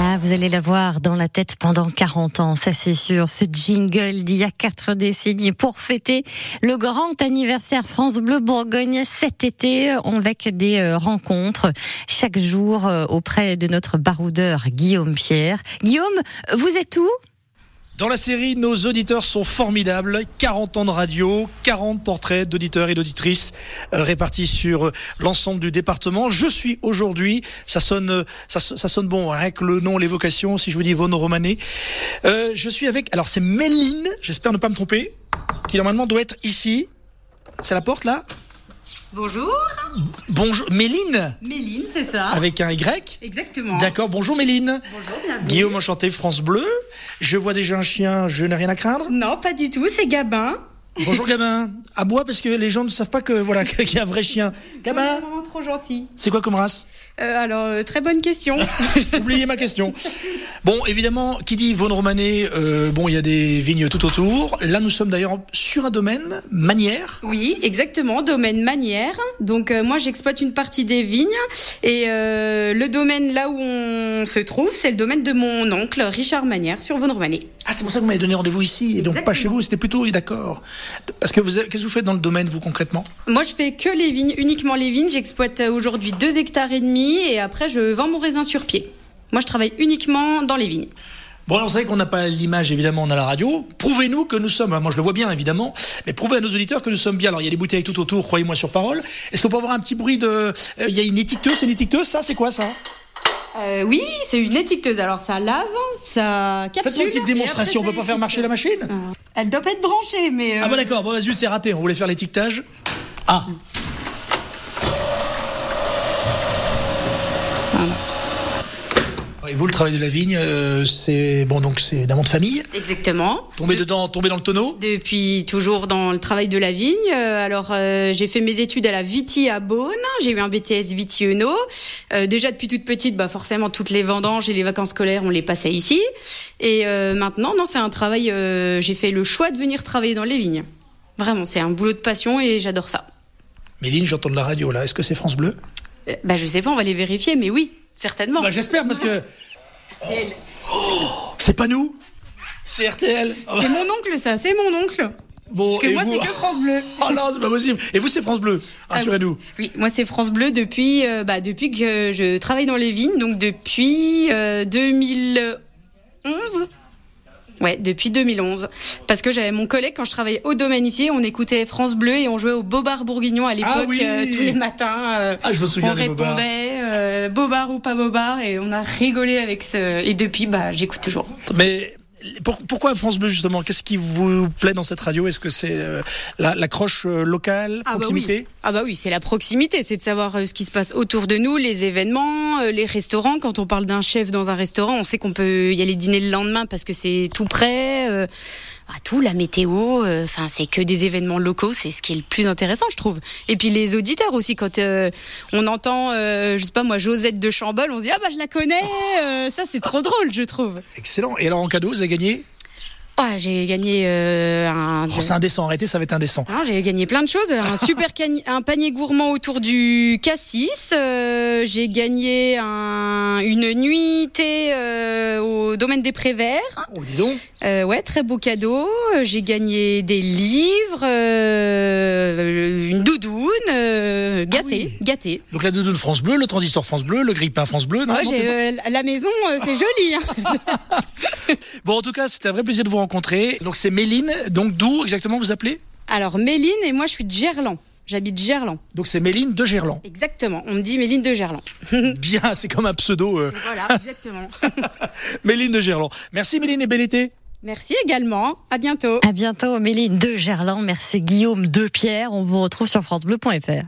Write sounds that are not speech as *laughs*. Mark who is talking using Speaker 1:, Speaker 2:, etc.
Speaker 1: Ah, vous allez l'avoir dans la tête pendant 40 ans, ça c'est sûr. Ce jingle d'il y a quatre décennies pour fêter le grand anniversaire France Bleu Bourgogne cet été, euh, avec des rencontres chaque jour euh, auprès de notre baroudeur Guillaume Pierre. Guillaume, vous êtes où
Speaker 2: dans la série, nos auditeurs sont formidables. 40 ans de radio, 40 portraits d'auditeurs et d'auditrices euh, répartis sur l'ensemble du département. Je suis aujourd'hui, ça sonne, euh, ça, ça, sonne bon, rien que le nom, l'évocation, si je vous dis Vaughan Romané. Euh, je suis avec, alors c'est Méline, j'espère ne pas me tromper, qui normalement doit être ici. C'est la porte là
Speaker 3: Bonjour.
Speaker 2: Bonjour, Méline.
Speaker 3: Méline, c'est ça.
Speaker 2: Avec un Y.
Speaker 3: Exactement.
Speaker 2: D'accord, bonjour Méline.
Speaker 3: Ah. Bonjour, bienvenue.
Speaker 2: Guillaume Enchanté, France Bleu. Je vois déjà un chien, je n'ai rien à craindre.
Speaker 3: Non, pas du tout, c'est Gabin.
Speaker 2: Bonjour Gabin. Aboie parce que les gens ne savent pas que voilà *laughs* qu'il y a un vrai chien. Gabin.
Speaker 3: C'est vraiment trop gentil.
Speaker 2: C'est quoi comme race
Speaker 3: euh, Alors euh, très
Speaker 2: *laughs*
Speaker 3: bonne question.
Speaker 2: Oubliez ma question. Bon, évidemment, qui dit Vaune Romanée, euh, bon, il y a des vignes tout autour. Là, nous sommes d'ailleurs sur un domaine manière.
Speaker 3: Oui, exactement, domaine manière. Donc euh, moi, j'exploite une partie des vignes et euh, le domaine là où on se trouve, c'est le domaine de mon oncle Richard Manière sur Vaune Romanée.
Speaker 2: Ah, c'est pour ça que vous m'avez donné rendez-vous ici et donc exactement. pas chez vous. C'était plutôt, oui, d'accord. Parce que qu'est-ce que vous faites dans le domaine, vous, concrètement
Speaker 3: Moi, je fais que les vignes, uniquement les vignes. J'exploite euh, aujourd'hui 2 hectares et demi et après, je vends mon raisin sur pied. Moi, je travaille uniquement dans les vignes.
Speaker 2: Bon, alors, c'est vrai qu'on n'a pas l'image, évidemment, on a la radio. Prouvez-nous que nous sommes, moi je le vois bien, évidemment, mais prouvez à nos auditeurs que nous sommes bien. Alors, il y a des bouteilles tout autour, croyez-moi sur parole. Est-ce qu'on peut avoir un petit bruit de. euh, Il y a une étiqueteuse, c'est une étiqueteuse, ça, c'est quoi ça
Speaker 3: euh, oui, c'est une étiqueteuse. Alors ça lave, ça capsule.
Speaker 2: Faites une petite démonstration. Après, on peut pas faire marcher la machine.
Speaker 3: Euh, elle doit pas être branchée, mais. Euh...
Speaker 2: Ah bah d'accord. Bon, vas-y, c'est raté. On voulait faire l'étiquetage. Ah. Voilà. Et vous, le travail de la vigne, euh, c'est bon, donc c'est d'un de famille.
Speaker 3: Exactement.
Speaker 2: Tombé de... dedans, tombé dans le tonneau.
Speaker 3: Depuis toujours dans le travail de la vigne. Euh, alors euh, j'ai fait mes études à la Viti à Beaune. J'ai eu un BTS Viti Uno. Euh, déjà depuis toute petite, bah forcément toutes les vendanges et les vacances scolaires, on les passait ici. Et euh, maintenant, non, c'est un travail. euh, j'ai fait le choix de venir travailler dans les vignes. Vraiment, c'est un boulot de passion et j'adore ça.
Speaker 2: Méline, j'entends de la radio là. Est-ce que c'est France Bleu
Speaker 3: Bah je sais pas, on va les vérifier, mais oui. Certainement.
Speaker 2: Bah, J'espère parce que. Oh, oh, c'est pas nous C'est RTL
Speaker 3: C'est mon oncle, ça, c'est mon oncle
Speaker 2: Bon,
Speaker 3: Parce que
Speaker 2: et
Speaker 3: moi,
Speaker 2: vous...
Speaker 3: c'est que France Bleu.
Speaker 2: *laughs* oh non, c'est pas possible. Et vous, c'est France Bleu. Rassurez-nous.
Speaker 3: Ah, oui. oui. moi, c'est France Bleu depuis, euh, bah, depuis que je travaille dans les vignes, donc depuis euh, 2011. Ouais, depuis 2011. Parce que j'avais mon collègue, quand je travaillais au domaine ici, on écoutait France Bleu et on jouait au Bobard Bourguignon à l'époque,
Speaker 2: ah oui
Speaker 3: euh, tous les matins. Euh,
Speaker 2: ah, je me souviens
Speaker 3: on répondait, euh, Bobard ou pas Bobard, et on a rigolé avec ce. Et depuis, bah, j'écoute toujours.
Speaker 2: Mais. Pour, pourquoi France Bleu justement Qu'est-ce qui vous plaît dans cette radio Est-ce que c'est euh, la, la, croche euh, locale,
Speaker 3: ah
Speaker 2: proximité
Speaker 3: bah oui. Ah bah oui, c'est la proximité, c'est de savoir euh, ce qui se passe autour de nous, les événements, euh, les restaurants. Quand on parle d'un chef dans un restaurant, on sait qu'on peut y aller dîner le lendemain parce que c'est tout près. Euh, à tout, la météo, enfin euh, c'est que des événements locaux, c'est ce qui est le plus intéressant, je trouve. Et puis les auditeurs aussi, quand euh, on entend, euh, je sais pas moi, Josette de Chambol, on se dit ah bah je la connais, euh, ça c'est trop drôle, je trouve.
Speaker 2: Excellent. Et alors en cadeau, vous avez gagné
Speaker 3: ah, j'ai gagné euh, un.
Speaker 2: Oh, c'est indécent, arrêtez, ça va être indécent.
Speaker 3: Ah, j'ai gagné plein de choses. *laughs* Un super cani... un panier gourmand autour du cassis. Euh, j'ai gagné un... une nuitée euh, au domaine des Préverts.
Speaker 2: Oh, dis donc.
Speaker 3: ouais, très beau cadeau. J'ai gagné des livres, euh, une doudoune, gâtée, ah oui. gâtée.
Speaker 2: Donc la doudoune France Bleu, le transistor France Bleu, le grille-pain France Bleu. Non,
Speaker 3: ouais, non pas... la maison, euh, *laughs* c'est joli. Hein.
Speaker 2: bon, en tout cas, c'était un vrai plaisir de vous rencontrer. Donc c'est Méline. Donc d'où exactement vous appelez
Speaker 3: Alors Méline et moi je suis de Gerland. J'habite Gerland.
Speaker 2: Donc c'est Méline de
Speaker 3: *laughs*
Speaker 2: Gerland.
Speaker 3: Exactement. On me dit Méline de *laughs* Gerland.
Speaker 2: Bien, c'est comme un pseudo. Euh...
Speaker 3: Voilà, exactement.
Speaker 2: Méline de Gerland. Merci Méline et bel été.
Speaker 3: Merci également. À bientôt.
Speaker 1: À bientôt Méline de Gerland. Merci Guillaume de Pierre. On vous retrouve sur francebleu.fr.